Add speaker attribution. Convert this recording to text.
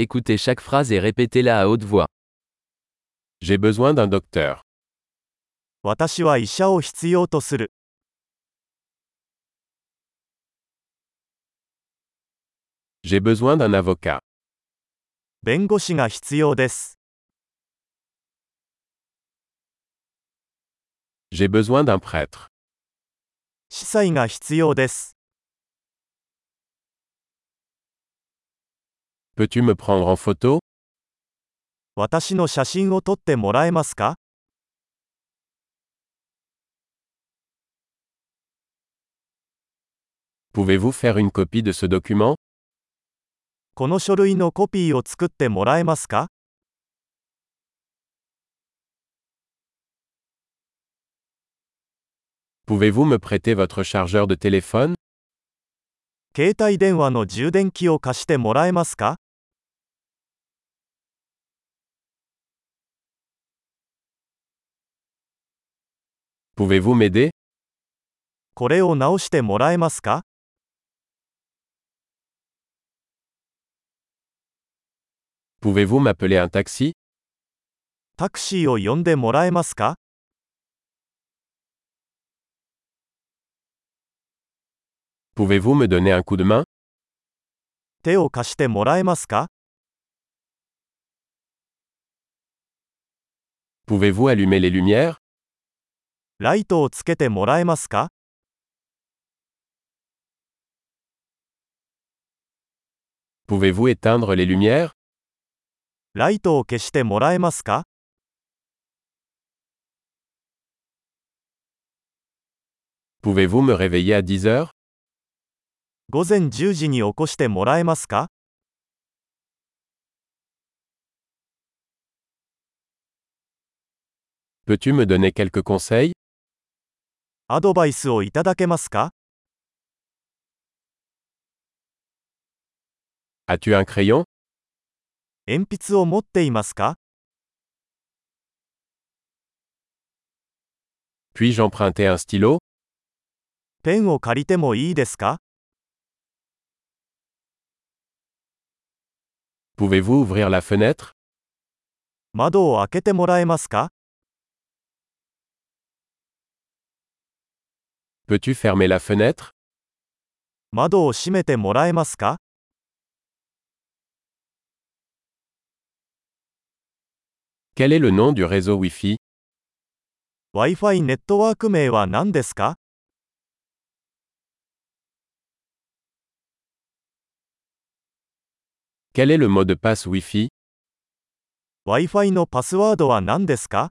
Speaker 1: Écoutez chaque phrase et répétez-la à haute voix.
Speaker 2: J'ai besoin d'un docteur.
Speaker 3: 私は医者を必要とする。
Speaker 2: J'ai besoin d'un avocat.
Speaker 3: 弁護士が必要です。
Speaker 2: J'ai besoin d'un prêtre.
Speaker 3: 司祭が必要です。
Speaker 2: Peux-tu me prendre en photo
Speaker 3: 私の写真を撮ってもらえますか
Speaker 2: Pouvez-vous faire une copie de ce document
Speaker 3: この書類のコピーを作ってもらえますか
Speaker 2: Pouvez-vous me prêter votre chargeur de téléphone
Speaker 3: 携帯電話の充電器を貸してもらえますか
Speaker 2: Pouvez-vous m'aider
Speaker 3: これを直してもらえますか
Speaker 2: Pouvez-vous m'appeler un taxi
Speaker 3: タクシーを呼んでもらえますか
Speaker 2: Pouvez-vous me donner un coup de main
Speaker 3: 手を貸してもらえますか
Speaker 2: Pouvez-vous allumer les lumières
Speaker 3: ライトをつけてもらえますか
Speaker 2: Pouvez-vous éteindre les lumières
Speaker 3: ライトを消してもらえますか
Speaker 2: Pouvez-vous me réveiller à 10 heures
Speaker 3: 午前10時に起こしてもらえますか
Speaker 2: Peux-tu me donner quelques conseils
Speaker 3: アドバイスをいただけますか
Speaker 2: As-tu un crayon
Speaker 3: 鉛筆を持っていますか
Speaker 2: Puis-je emprunter un stylo
Speaker 3: ペンを借りてもいいですか
Speaker 2: Pouvez-vous ouvrir la fenêtre
Speaker 3: 窓を開けてもらえますか
Speaker 2: Peux-tu fermer la fenêtre
Speaker 3: 窓を閉めてもらえますか
Speaker 2: Quel est le nom du réseau Wi-Fi
Speaker 3: ?Wi-Fi ネットワーク名は何ですか
Speaker 2: Quel est le mot de passe Wi-Fi
Speaker 3: ?Wi-Fi のパスワードは何ですか